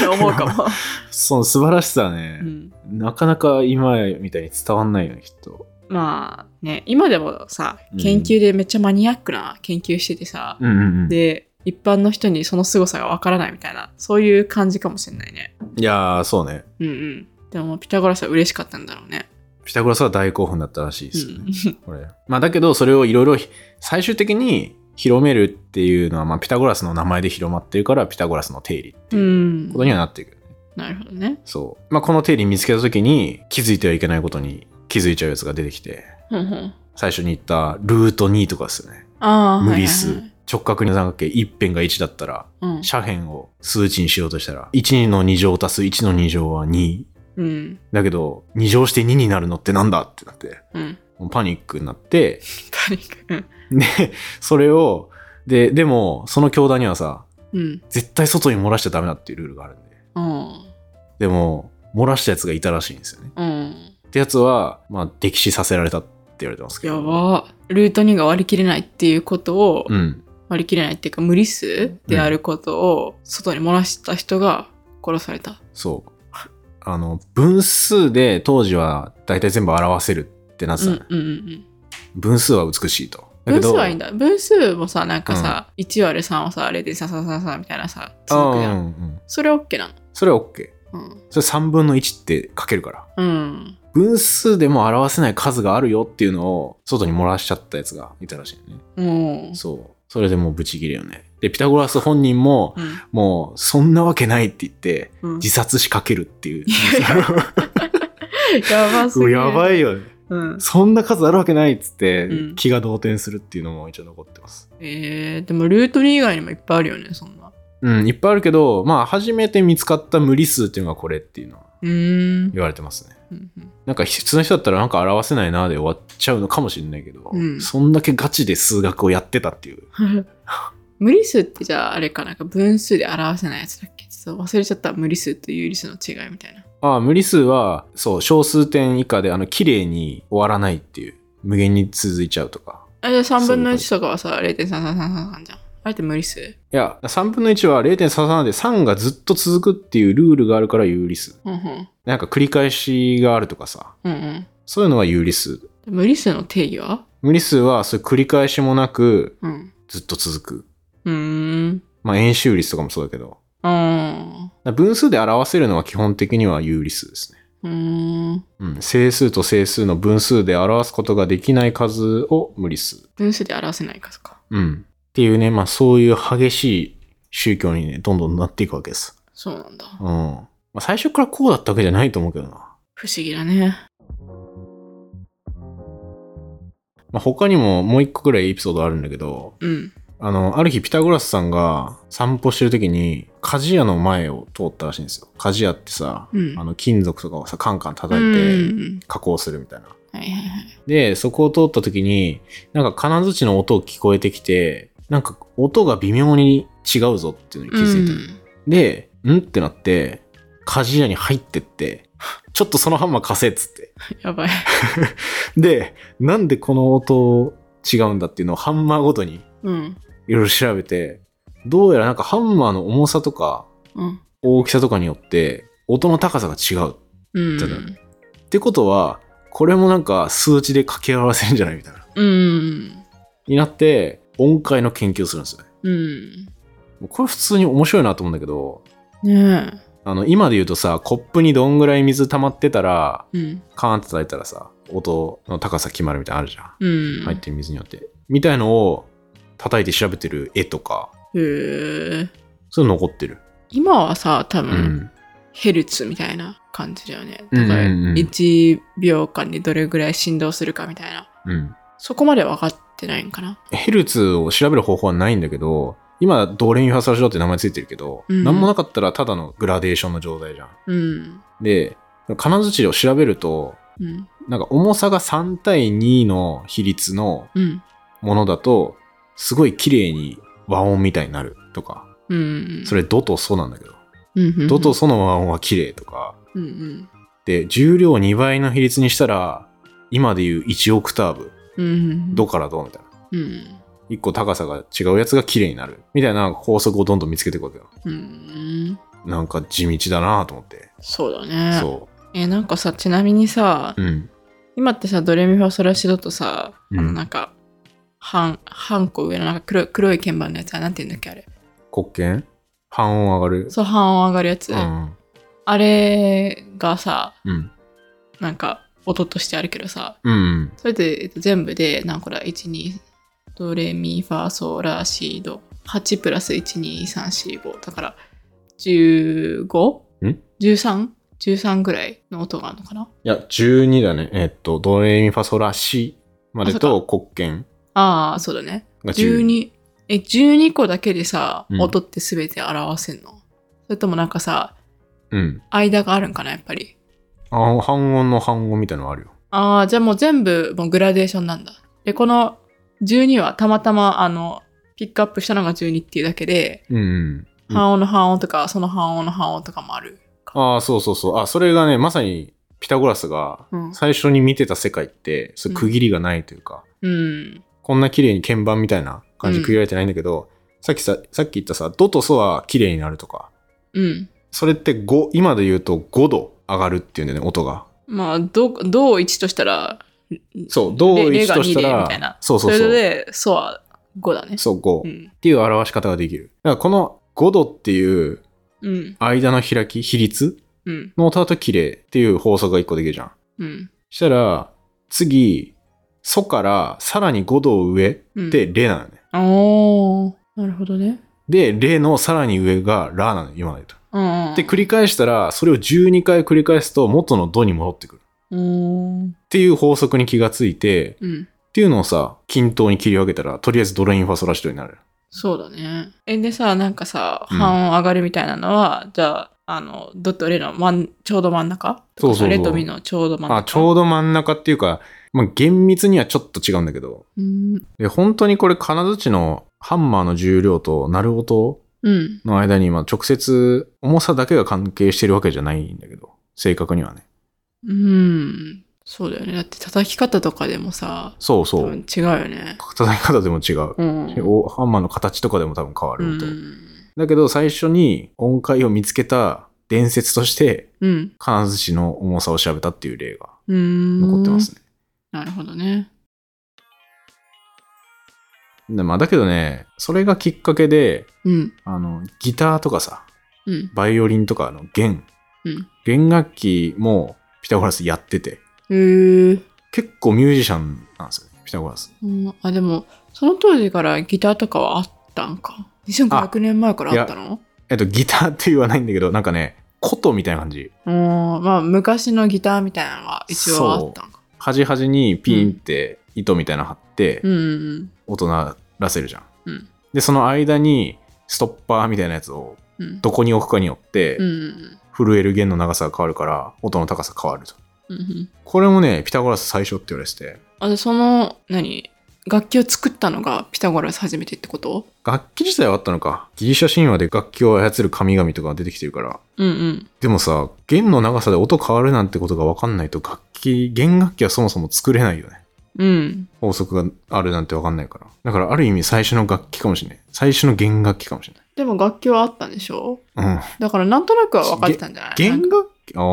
A: な 思うかも。
B: その素晴らしさはね
A: う、ん、
B: なかなか今みたいに伝わんないよねきっと
A: まあね、今でもさ
B: う、ん
A: 研究でめっちゃマニアックな研究しててさ、
B: うんうんうん
A: で、一般の人にその凄さがわからないみたいな、そういう感じかもしれないね。
B: いやーそうね
A: うんうん。でも、ピタゴラスは嬉しかったんだろうね。
B: ピタゴラスは大興奮だったらしいですよね、
A: う
B: これまあだけどそれをいろいろ最終的に広めるっていうのは、まあ、ピタゴラスの名前で広まってるからピタゴラスの定理って
A: ん。う
B: いうんことにはなっていく、
A: なるほどね。
B: そう、まあ、この定理見つけた時に気づいてはいけないことに気づいちゃうやつが出てきて
A: ふんふん
B: 最初に言ったルート2とかですよね
A: ああ、
B: 無理数、
A: はいはいはい
B: 直角二三角形一辺が1だったら
A: うん
B: 斜辺を数値にしようとしたら1の2乗足す1の2乗は2
A: うん。
B: だけど2乗して2になるのってなんだってなって
A: うん。
B: もうパニックになって
A: パニック。うん
B: で、それを、で、でも、その教団にはさ、
A: うん。
B: 絶対外に漏らしちゃダメだっていうルールがあるんで。
A: うん。
B: でも、漏らしたやつがいたらしいんですよね。
A: うん。
B: ってやつは、まあ、溺死させられたって言われてますけど。
A: やば。ルート2が割り切れないっていうことを、
B: うん。
A: 割り切れないっていうか無理数であることを外に漏らした人が殺された。
B: そう。あの、分数で当時は大体全部表せるってなって
A: うん
B: た
A: う
B: の、
A: んうん
B: 分数は美しいと。
A: うん。分
B: だけど
A: 数はいいんだ。分数もさ、なんかさ、1割る3はさ、0.333みたいなさ、続くじゃ。
B: うんんうん。
A: それ OK なの。
B: それは OK。
A: うん。
B: それ3分の1って書けるか
A: う
B: ら。
A: ん。
B: 分数でも表せない数があるよっていうのを外に漏らしちゃったやつがいたらしいよね。
A: も
B: そう。それでもうブチギレよね。で、ピタゴラス本人も、
A: う。
B: もう、そんなわけないって言って、
A: うん。うん
B: 自殺しかけるっていう。
A: やばすぎる。
B: やばいよね。
A: うん。
B: そんな数あるわけないっつって、
A: うん
B: 気が動転するっていうのも一応残ってます。
A: えー、でもルート2以外にもいっぱいあるよね、そんな。
B: うん、いっぱいあるけど、まあ、初めて見つかった無理数っていうのがこれっていうのは
A: うーん。
B: 言われてますね。
A: うんうん
B: なんか、普通の人だったらなんか表せないなで終わっちゃうのかもしれないけど、
A: うん
B: そんだけガチで数学をやってたっていう。
A: 無理数ってじゃああれかなんか分数で表せないやつだっけちょっと忘れちゃった無理数と有理数の違いみたいな。
B: ああ、無理数は、そう、小数点以下で、あの、綺麗に終わらないっていう。無限に続いちゃうとか。
A: あじゃあ3
B: そういう
A: 分の
B: こと
A: 1とかはさ0.3333じゃん。あれって無理数
B: いや、3分の1は0.33で3がずっと続くっていうルールがあるから有理数。
A: うんうん。
B: なんか繰り返しがあるとかさ。
A: うんうん。
B: そういうのは有理数。
A: 無理数の定義は
B: 無理数は、そういう繰り返しもなく、
A: うん。
B: ずっと続く。
A: うーん。
B: まあ、円周率とかもそうだけど。
A: あ
B: だから分数で表せるのは基本的には有理数ですね。
A: ーうーん。
B: うん。整数と整数の分数で表すことができない数を無理数。
A: 分数で表せないかそっか。
B: うん。っていうね、まあそういう激しい宗教にね、どんどんなっていくわけです。
A: そうなんだ。
B: うん。まあ最初からこうだったわけじゃないと思うけどな。
A: 不思議だね。
B: まあ他にももう一個くらいエピソードあるんだけど、
A: うん。
B: あの、ある日ピタゴラスさんが散歩してる時に、鍛冶屋の前を通ったらしいんですよ。鍛冶屋ってさ、
A: うん
B: あの金属とかをさ、カンカ
A: う
B: ン
A: ん
B: 叩
A: う
B: いて
A: ん
B: 加工するみたいな。
A: はいはいはい。
B: で、そこを通った時に、なんか金槌の音聞こえてきて、なんか音が微妙に違うぞっていうのに気づいた。で、んってなって、鍛冶屋に入ってって、 ちょっとそのハンマー貸せっつって。
A: うんやばい。
B: で、なんでこの音違うんだっていうのをハンマーごとに
A: うん。
B: いろいろ調べて、どうやらなんかハンマーの重さとか
A: うん。
B: 大きさとかによって音の高さが違う。っ
A: うん
B: ただ。てことは、これもなんか数値で掛け合わせるんじゃないみたいな。
A: うん。
B: になって、音階の研究をするんですよね。
A: うん。
B: もうこれ普通に面白いなと思うんだけど、
A: ね
B: あの、今で言うとさ、コップにどんぐらい水溜まってたら、
A: え。うん。
B: カーンって叩いたらさ、音の高さ決まるみたいなのあるじゃ
A: う
B: ん。
A: ん。
B: 入ってる水によって。みたいのを叩いて調べてる絵とか、
A: へえ。
B: そういうの残ってる。
A: 今はさ、多
B: う
A: 分、
B: ん。
A: ヘルツみたいな感じだよね。
B: うん
A: だ
B: うん
A: から、
B: うん
A: 1秒間にどれぐらい振動するかみたいな。
B: うん。
A: そこまで分かってないんかな。
B: ヘルツを調べる方法はないんだけど、今、ドレミファソラシドって名前ついてるけど、
A: うん
B: なんもなかったらただのグラデーションの状態じゃん。
A: うん。
B: で、金槌を調べると、
A: うん。
B: なんか重さが3対2の比率の
A: うん。
B: ものだと、すごい綺麗に和音みたいになるとか、
A: うん。
B: それドとソなんだけど、
A: うん、
B: ドとソの和音は綺麗とか、
A: うんうん。
B: で、重量2倍の比率にしたら、今でいう1オクターブ、
A: うん。
B: ドからドみたいな。
A: うん。
B: 1個高さが違うやつが綺麗になる。みたいな法則をどんどん見つけていくわけよ。
A: うん。
B: なんか地道だなと思って。
A: そうだね。
B: そ
A: え、なんかさ、ちなみにさ、
B: う。うん。
A: 今ってさ、ドレミファソラシドとさ、
B: うん
A: あのなんか、半、半個上のなんか黒い黒い鍵盤のやつは、なんて言うんだっけ、あれ。
B: 黒鍵半音上がる。
A: そう、半音上がるやつ。
B: うん。
A: あれがさ、
B: うん。
A: なんか、音としてあるけどさ、
B: うん。
A: それで、えっと、全部で、なんこれ、1、2、ドレミファソラシド、8プラス1、2、3、4、5。だから、15?
B: ん
A: ?13?13 ぐらいの音があるのかない
B: や、12だね。えっと、ドレミファソラシまで
A: あそ
B: と黒鍵
A: ああ、そうだね。
B: が10
A: 12え12個だけでさ、
B: うん
A: 音って全て表せんのそれともなんかさ
B: うん。
A: 間があるんかなやっぱり
B: あ半音の半音みたいなのあるよ。
A: ああじゃあもう全部もうグラデーションなんだでこの12はたまたまあのピックアップしたのが12っていうだけで
B: うんうん。うん
A: 半音の半音とか、その半音の半音とかもある
B: ああ、そうそうそう。あ、それがね、まさにピタゴラスが
A: うん
B: 最初に見てた世界って、そういう
A: うん
B: 区切りがないというか、
A: うん
B: こんな綺麗に鍵盤みたいな感じで区切られてないんだけど、さっきさ、さっき言ったさ、ドとソは綺麗になるとか、
A: うん
B: それって5、今で言うと5度上がるっていうんだよね、音が。
A: まあどどう1としたら
B: そう、ドを
A: レレ
B: 1
A: が
B: とした
A: 2で
B: ら、
A: みたいな
B: そう
A: そ
B: そうそう。
A: れでソは5だね
B: そう、5。
A: うん
B: っていう表し方ができる。だからこの5度っていう
A: うん
B: 間の開き、比率
A: うん
B: の音だと綺麗っていう法則が1個できるじゃん。
A: うん
B: したら、次、ソからさらに5度上
A: うん
B: ってレなのね。
A: おーなるほどね
B: で、レのさらに上がラなのよ、今までと。
A: うんうん
B: で、繰り返したら、それを12回繰り返すと元のドに戻ってくる。っ
A: うーん
B: ていう法則に気がついて、
A: うん。
B: っていうのをさ、均等に切り分けたら、とりあえずドレインファソラシドになる。
A: そうだね。え、でさ、なんかさ、
B: うん
A: 半音上がるみたいなのは、じゃあ、あの、ドとレの真んちょうど真ん中
B: そうそうそう
A: レとミのちょうど真ん中。
B: あ、ちょうど真ん中っていうか、まあ、厳密にはちょっと違うんだけど、
A: うん。
B: で、本当にこれ金槌のハンマーの重量と鳴る音
A: うん。
B: の間に今直接重さだけが関係してるわけじゃないんだけど、正確にはね。
A: うん。そうだよね。だって叩き方とかでもさ、
B: そう
A: 多
B: そう。
A: 分違うよね。
B: 叩き方でも違う。
A: うん。
B: おハンマーの形とかでも多分変わ
A: う
B: る音。
A: ん。
B: だけど最初に音階を見つけた伝説として、
A: うん。
B: 金槌の重さを調べたっていう例が
A: うん。
B: 残ってますね。
A: なるほどね。
B: でまあ、だけどね、それがきっかけで、
A: うん。
B: あの、ギターとかさ、
A: うん。
B: バイオリンとかの弦、
A: うん。
B: 弦楽器もピタゴラスやってて、
A: へえ。
B: 結構ミュージシャンなんですよね、ピタゴラス。
A: うん、あ、でも、その当時からギターとかはあったんか。2500年前からあったの
B: えっと、ギターって言わないんだけど、なんかね、琴みたいな感じ。
A: うん、まあ昔のギターみたいなのは一応あったんか。
B: 端々にピンって糸みたいなの張って
A: う、んうん
B: 大人らせるじゃん。
A: うん
B: で、その間に、ストッパーみたいなやつを
A: うんうん
B: どこに置くかによって
A: う、ん
B: 震える弦の長さが変わるから、音の高さ変わると。
A: うんうん
B: これもね、ピタゴラス最初って言われてて、
A: あでその何楽器を作ったのがピタゴラス初めてってこと
B: 楽器自体はあったのか。ギリシャ神話で楽器を操る神々とかが出てきてるから。
A: うんうん。
B: でもさ、弦の長さで音変わるなんてことが分かんないと楽器、弦楽器はそもそも作れないよね。
A: うん。
B: 法則があるなんて分かんないから。だからある意味最初の楽器かもしれない。最初の弦楽器かもしれ
A: でも楽器はあったんでしょ
B: な い。うん。
A: だからなんとなくは分かってたんじゃない
B: 弦楽器ああ、な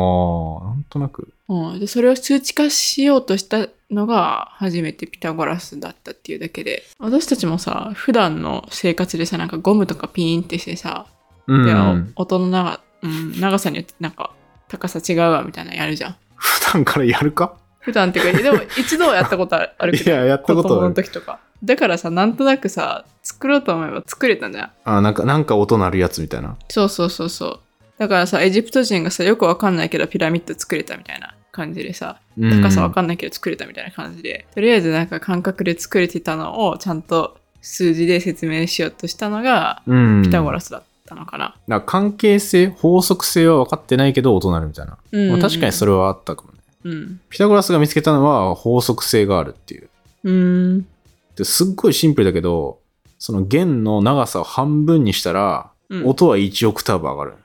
B: んとなく。
A: うん、でそれを数値化しようとしたのが初めてピタゴラスだったっていうだけで私たちもさ普段の生活でさなんかゴムとかピーンってしてさ、
B: う
A: で
B: ん。
A: 音の長,、うん、長さによってなんか高さ違うわみたいなのやるじゃん
B: 普段からやるか
A: 普段っていうかでも一度はやったことあるけ
B: い
A: ど
B: や、やった
A: 子
B: こと
A: 供
B: はあ
A: の
B: る。
A: 時とかだからさなんとなくさ作ろうと思えば作れたんじゃん
B: あなんか、なんか音鳴るやつみたいな。
A: そうそうそうそうだからさエジプト人がさよくわかんないけどピラミッド作れたみたいな感じでさ
B: うん
A: 高さわかんないけど作れたみたいな感じで、とりあえずなんか感覚で作れてたのをちゃんと数字で説明しようとしたのが
B: うん。
A: ピタゴラスだったのかな。
B: なんか関係性、法則性は分かってないけど音鳴るみたいな。
A: うん
B: まあ、確かにそ
A: れ。
B: れはあったかもね。
A: うん。
B: ピタゴラスが見つけたのは法則性があるっていう。
A: うん。
B: ですっごいシンプルだけど、その弦の長さを半分にしたら、
A: うん
B: 音は1オクターブ上がる。っ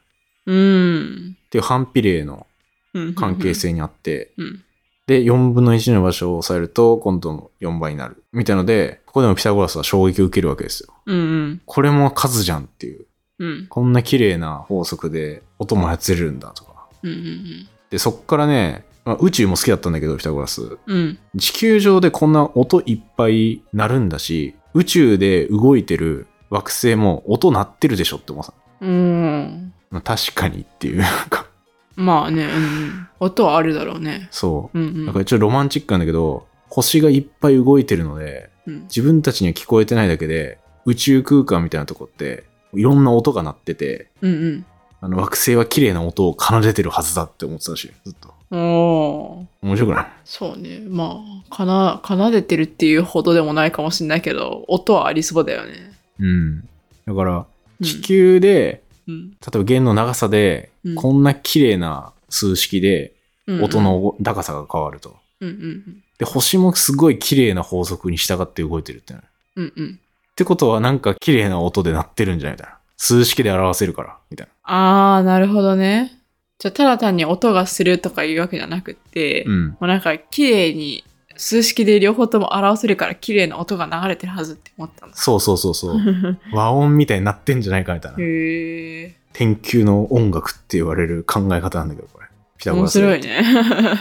A: うん。
B: ていう反比例の
A: うん
B: 関係。性にあって、
A: うん。
B: で、4分の1の場所を押さえると、今度の4倍になる。みたいので、ここでもピタゴラスは衝撃を受けるわけですよ。
A: うん。うん。
B: これも数じゃんっていう。
A: うん。
B: こんな綺麗な法則で音も操れるんだとか。
A: うん。うん。
B: で、そっからね、まあ、宇宙も好きだったんだけど、ピタゴラス。
A: うん。
B: 地球上でこんな音いっぱい鳴るんだし、宇宙で動いてる惑星も音鳴ってるでしょって思ってた。
A: うん。
B: まあ、確かにっていう、 なんか、
A: まあね、うん。音はあるだろうね。
B: そうう。
A: ん。
B: なんかちょっとロマンチックなんだけど、星がいっぱい動いてるので、
A: うん。
B: 自分たちには聞こえてないだけで、宇宙空間みたいなとこって、いろんな音が鳴ってて、
A: うん。
B: あの惑星は綺麗な音を奏でてるはずだって思ってたし、ずっと。
A: うん。おー。
B: 面白くない
A: そうね。まあ、かな、奏でてるっていうほどでもないかもしれないけど、音はありそうだよね。
B: うん。だから、
A: うん
B: 地球で、
A: うん。
B: 例えば弦の長さで、
A: うん
B: こんな綺麗な数式で、
A: うん
B: 音。の高さが変わると。
A: うんうん
B: で、星もすごい綺麗な法則に従って動いてるってなる。っ
A: うん。うんうん。
B: てことは、なんか綺麗な音で鳴ってるんじゃないみたいな。数式で表せるから、みたい
A: あー、なるほどね。じゃあ、ただ単に音がするとかいうわけじゃなくって、
B: な。うん。
A: もうなんか、綺麗に、数式で両方とも表せるから、綺麗な音が流れてるはずって思ったんです。
B: そうそうそうそう。 和音みたいになってんじゃないかみたいな。
A: へえ、
B: 天球の音楽って言われる考え方なんだけど、これ。ピタゴ
A: 面
B: ラス。
A: 白いね。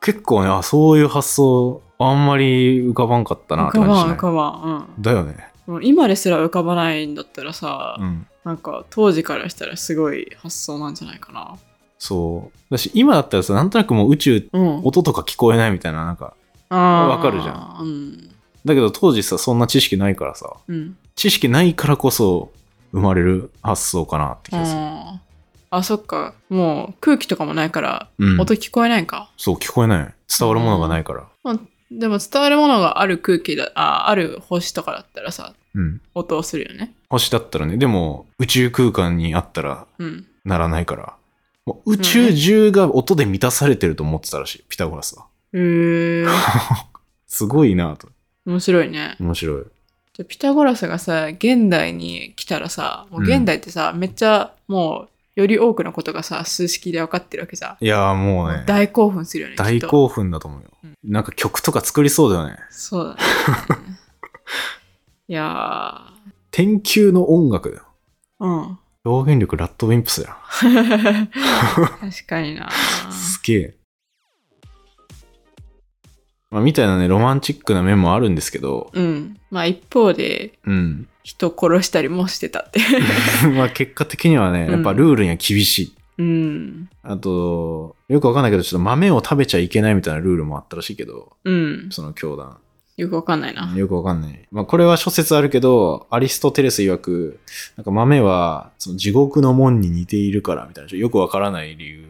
B: 結構ね、あ、そういう発想、あんまり浮かばんかったなっ
A: 浮
B: て
A: か
B: 感じ
A: ば
B: し
A: ん
B: な
A: 浮
B: い。
A: かばん。
B: だよね。
A: うん、もう今ですら浮かばないんだったらさ、
B: うん。
A: なんか当時からしたらすごい発想なんじゃないかな。
B: そう。だし、今だったらさ、なんとなくもう宇宙、
A: うん。
B: 音とか聞こえないみたいな、なんか。
A: あー
B: わかるじゃん。
A: うん。
B: だけど当時さ、そんな知識ないからさ、
A: うん。
B: 知識ないからこそ生まれる発想かなって気がする。
A: あーあ、そっか。もう空気とかもないから、
B: うん。
A: 音聞こえないんか。
B: そう、聞こえない。伝わるものがないから。
A: まあ、でも伝わるものがある空気だあある星とかだったらさ
B: うん。
A: 音をするよね
B: 星だったらね、でも宇宙空間にあったら
A: うん
B: ならないから。もう宇宙中が音で満たされてると思ってたらしい、ピタゴラスは。
A: へえ
B: すごいなと。
A: 面白いね
B: 面白い。
A: じゃあピタゴラスがさ現代に来たらさもう現代ってさ、めっちゃもうより多くのことがさ数式で分かってるわけじゃん、
B: いやーもうね、
A: 大興奮するよねきっと
B: 大興奮だと思うよ。なんか曲とか作りそうだよね。
A: そうだ ねいや
B: 天球の音楽だよ。
A: ーうん
B: 表現力ラッドウィンプスや。
A: 確かにな
B: すげえ。まあ、みたいなね、ロマンチックな面もあるんですけど、
A: うんまあ一方で
B: うん。
A: 人殺したりもしてたって
B: まあ結果的にはね、
A: うん
B: やっぱルールには厳しい。
A: うん
B: あと、よくわかんないけど、ちょっと豆を食べちゃいけないみたいなルールもあったらしいけど、
A: うん
B: その教団。
A: よくわかんないな
B: よくわかんない。まあ、これは諸説あるけど、アリストテレス曰く、なんか豆は、その地獄の門に似ているから、みたいな、よくわからない理由。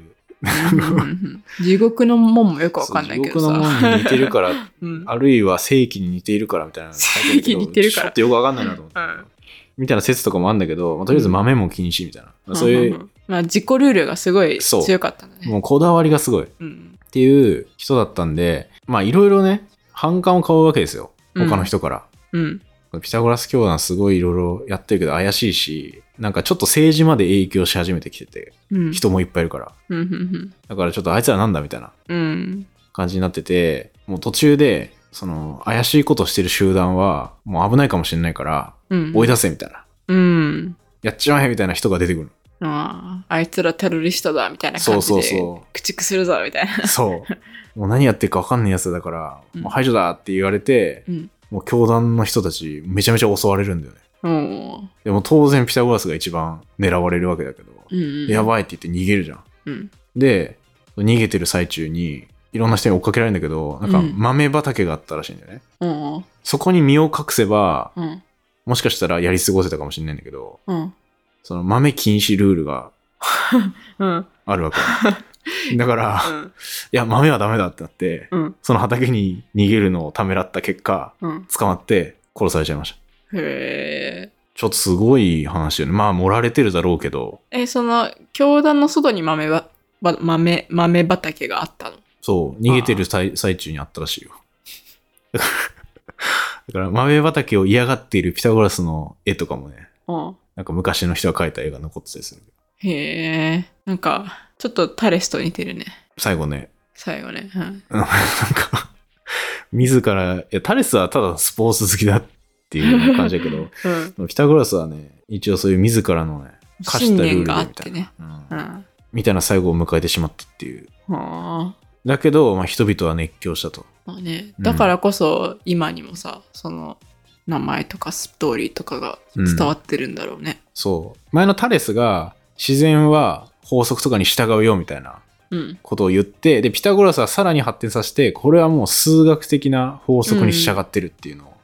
A: 地獄の門もよくわかんないけど
B: そう地獄
A: さ。
B: の門に似てるから、
A: うん
B: あるいは正規に似ているから、みたいなの書いてあるけど。
A: 正規に似てるから
B: ちょっとよくわかんないなと思って。
A: うん
B: みたいな説とかもあるんだけど、まあ、とりあえず豆も禁止みたいな。まあそうい
A: んん
B: う、
A: んまあ自己ルールがすごい
B: そう
A: 強かったんだね。
B: もうこだわりがすごいっ
A: うん
B: ていう人だったんで、まあいろいろね、反感を買うわけですよ。
A: う
B: 他の人から。
A: うん。
B: ピタゴラス教団すごいいろいろやってるけど怪しいし、なんかちょっと政治まで影響し始めてきてて、
A: うん。
B: 人もいっぱいいるから。
A: うん。うん。
B: だからちょっとあいつらなんだみたいな
A: うん。
B: 感じになってて、もう途中で、その怪しいことしてる集団はもう危ないかもしれないから、
A: うん。
B: 追い出せみたいな。
A: うん。
B: やっちまえみたいな人が出てくる
A: ああ、あいつらテロリストだみたいな
B: の。
A: 感
B: そう
A: じで。
B: そうそう。
A: 駆逐するぞみたいな。
B: そう。もう何やってるか分かんないやつだから、
A: うん
B: もう排除だって言われて、
A: うん
B: もう教団の人たちめちゃめちゃ襲われるんだよね。
A: うん。
B: でも当然ピタゴラスが一番狙われるわけだけど、
A: うん。
B: や
A: い。
B: ばいって言って逃げるじゃん。
A: うん。
B: で、逃げてる最中にいろんな人に追っかけられるんだけど、なんか
A: うん
B: 豆畑があったらしいんだよね。
A: うん。
B: そこに身を隠せば、
A: うん。
B: もしかしたらやり過ごせたかもしれないんだけど、
A: うん。
B: その豆禁止ルールが
A: うん。
B: ある わけ。だから、いや、豆はダメだってなって、
A: うん。
B: その畑に逃げるのをためらった結果、
A: うん。
B: 捕まって殺されちゃいました。
A: へえ。
B: ちょっとすごい話だよね。まあ、盛られてるだろうけど、
A: え、その、教団の外に豆は、ば豆、豆畑があったの。
B: そう、逃げてる最最中にあったらしいよ。 だから、豆畑を嫌がっているピタゴラスの絵とかもね、
A: うん。
B: なんか昔の人が描いた絵が残ってたりする。
A: へえ。なんか、ちょっとタレスと似てるね。
B: 最後ね、
A: 最後ね。うん。
B: うんなんか、 自ら、いや、タレスはただスポーツ好きだっていう感じだけど、
A: うん。
B: ピタゴラスはね、一応そういう自らのね、課し
A: 信
B: たルー
A: 念
B: ルで
A: があっ
B: みた
A: て
B: い
A: ね
B: な。。
A: う。
B: うんん
A: は
B: みたいな最後を迎えてしまったっていう。
A: あ。
B: だけど、まあ、人々は熱狂したと。
A: まあね、
B: うん
A: だからこそ今にもさ、その名前とかストーリーとかが伝わってるんだろうね。
B: そう。前のタレスが、自然は法則とかに従うよみたいな
A: うん。
B: ことを言って、で、ピタゴラスはさらに発展させて、これはもう数学的な法則に従ってるっていうのを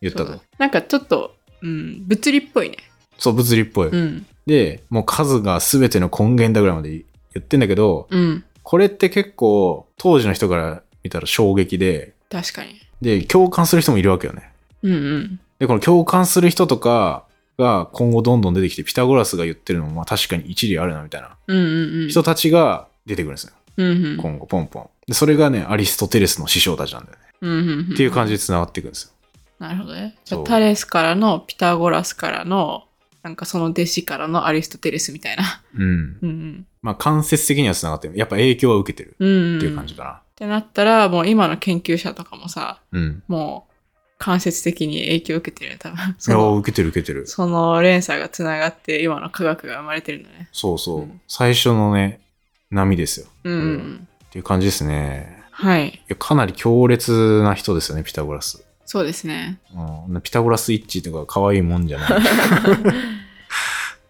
B: 言ったと。
A: そうだなんかちょっと、うん、物理っぽいね。
B: そう、物理っぽい。
A: うん。
B: で、もう数が全ての根源だぐらいまで言ってんだけど、
A: うん。
B: これって結構当時の人から見たら衝撃で、
A: 確かに。
B: で、共感する人もいるわけよね。
A: うんうん。
B: で、この共感する人とかが今後どんどん出てきて、ピタゴラスが言ってるのもまあ確かに一理あるなみたいな
A: うんうんうん。
B: 人たちが出てくるんですよ。
A: うんうん。
B: 今後、ポンポン。で、それがね、アリストテレスの師匠たちなんだよね。
A: うんうんうん。
B: っていう感じで繋がっていくんですよ。
A: なるほどね。じゃあ
B: そう
A: タレスからのピタゴラスからの、なんかその弟子からのアリストテレスみたいな。
B: うん。
A: うん
B: まあ間接的には繋がってる。やっぱ影響は受けてる
A: うん。うん、うん。
B: っていう感じ
A: っ
B: か
A: てなったら、もう今の研究者とかもさ、
B: な。うん。
A: もう間接的に影響を受けてるよ多分。
B: い
A: そ
B: や
A: の
B: ー、受けてる受けてる。
A: その連鎖がつながって今の科学が生まれてるんだね。
B: そうそう。
A: うん
B: 最初のね、波ですよ。
A: うんうんうん、
B: っていう感じですね。
A: はい
B: い。やかなり強烈な人ですよね、ピタゴラス。
A: そうですね。
B: うん、ピタゴラス一致とか可愛いもんじゃない。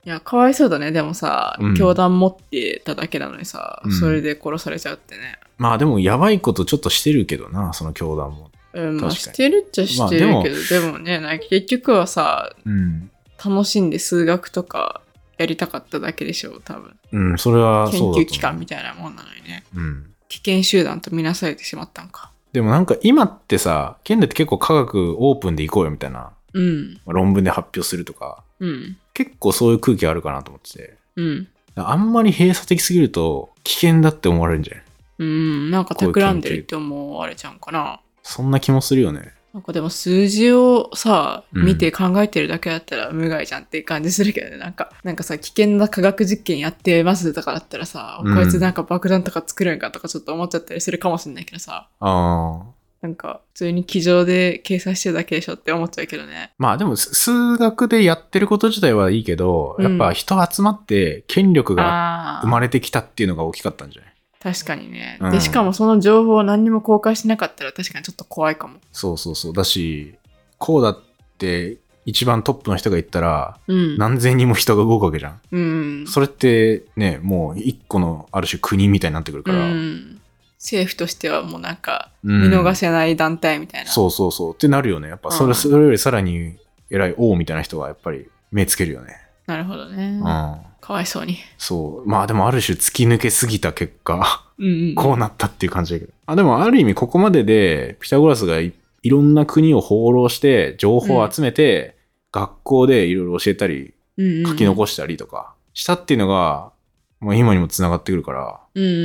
A: いや、かわいそうだね。でもさ、
B: うん
A: 教団持ってただけなのにさ、
B: うん
A: それで殺されちゃうってね。
B: まあでも、やばいことちょっとしてるけどな、その教団も。
A: うん、まあ、
B: 確か
A: し
B: に
A: てるっちゃしてるけど、
B: まあ
A: で
B: で
A: もね、なんか結局はさ、
B: うん。
A: 楽しんで数学とかやりたかっただけでしょ、多分。
B: うん、それは
A: 研
B: そうだと思う
A: 究機関みたいなもんなのにね。
B: うん。
A: 危険集団と見なされてしまったんか。
B: でもなんか今ってさ、県でって結構科学オープンでいこうよみたいな、
A: うん、
B: まあ論文で発表するとか、
A: うん、
B: 結構そういう空気あるかなと思ってて。
A: うん。
B: あんまり閉鎖的すぎると危険だって思われるんじゃない
A: うん、なんか
B: こういう研究
A: 企んでるって思われちゃうんかな。
B: そんな気もするよね。
A: なんかでも数字をさ、
B: うん
A: 見て考えてるだけだったら無害じゃんっていう感じするけどね。なんか、なんかさ、危険な科学実験やってますとかだったらさ、
B: うん
A: こいつなんか爆弾とか作るんかとかちょっと思っちゃったりするかもしれないけどさ、
B: ああ。
A: なんか普通に机上で計算してるだけでしょって思っちゃうけどね。
B: まあでもす数学でやってること自体はいいけど、
A: うん
B: やっぱ人集まって権力が
A: あ
B: 生まれてきたっていうのが大きかったんじゃない
A: あ、確かにね、
B: うん
A: で、しかもその情報を何にも公開しなかったら確かにちょっと怖いかも。
B: そうそうそう。だし、こうだって一番トップの人が言ったら
A: うん。
B: 何千人も人が動くわけじゃん。
A: うん。
B: それってね、もう一個のある種国みたいになってくるから。
A: うん。政府としてはもうなんか、
B: うん
A: 見逃せない団体みたいな。
B: そうそうそう。ってなるよね。やっぱそれ,、
A: うん
B: それよりさらに偉い王みたいな人がやっぱり目つけるよね。
A: なるほどね。
B: うん。
A: かわいそうに。
B: そう。まあでもある種突き抜けすぎた結果。
A: うんうん。
B: こうなったっていう感じだけど。あ、でもある意味ここまでで、ピタゴラスがいいろんな国を放浪して、情報を集めて、学校でいろいろ教えたり、
A: うんうん、
B: 書き残したりとか、したっていうのが、もう今にも繋がってくるから、
A: うんうんうんう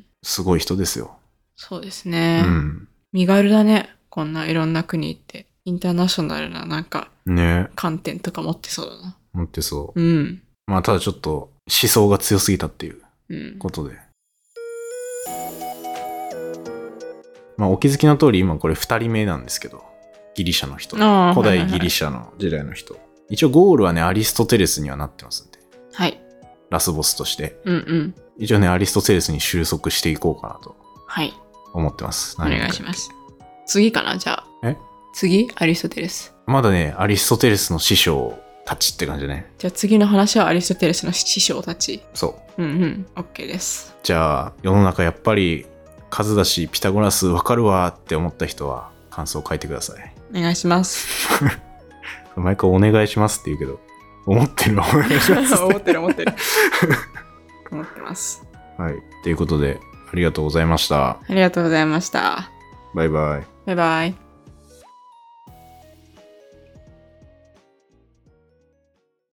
A: ん。
B: すごい人ですよ。
A: そうです
B: う
A: ね。
B: ん。
A: 身軽だね。こんないろんな国行って。インターナショナルななんか
B: ね
A: 観点とか持ってそうだな。
B: 思ってそ
A: うん。
B: う。まあ、ただちょっと思想が強すぎたっていう
A: うん。
B: ことで。まあ、お気づきの通り、今これ2人目なんですけど、ギリシャの人。
A: ああ
B: 古
A: はい
B: 代
A: はいはい
B: ギリシャの時代の人。一応、ゴールはね、アリストテレスにはなってますんで、
A: はい。
B: ラスボスとして。
A: うんうん。
B: 一応ね、アリストテレスに収束していこうかなと
A: はい。
B: 思ってます。
A: お願いします。次かなじゃあ。
B: え
A: 次アリストテレス。
B: まだね、アリストテレスの師匠たちって感じだね。
A: じゃあ次の話はアリストテレスの師匠たち。
B: そう。
A: うんうん。OK です。
B: じゃあ、世の中やっぱり数だし、ピタゴラスわかるわって思った人は、感想を書いてください。
A: お願いします。
B: 毎回お願いしますって言うけど、思ってるわ、お願い します。
A: 思ってる思ってる。思ってます。
B: はい。ということで、ありがとうございました。
A: ありがとうございました。
B: バイバイ。
A: バイバイ。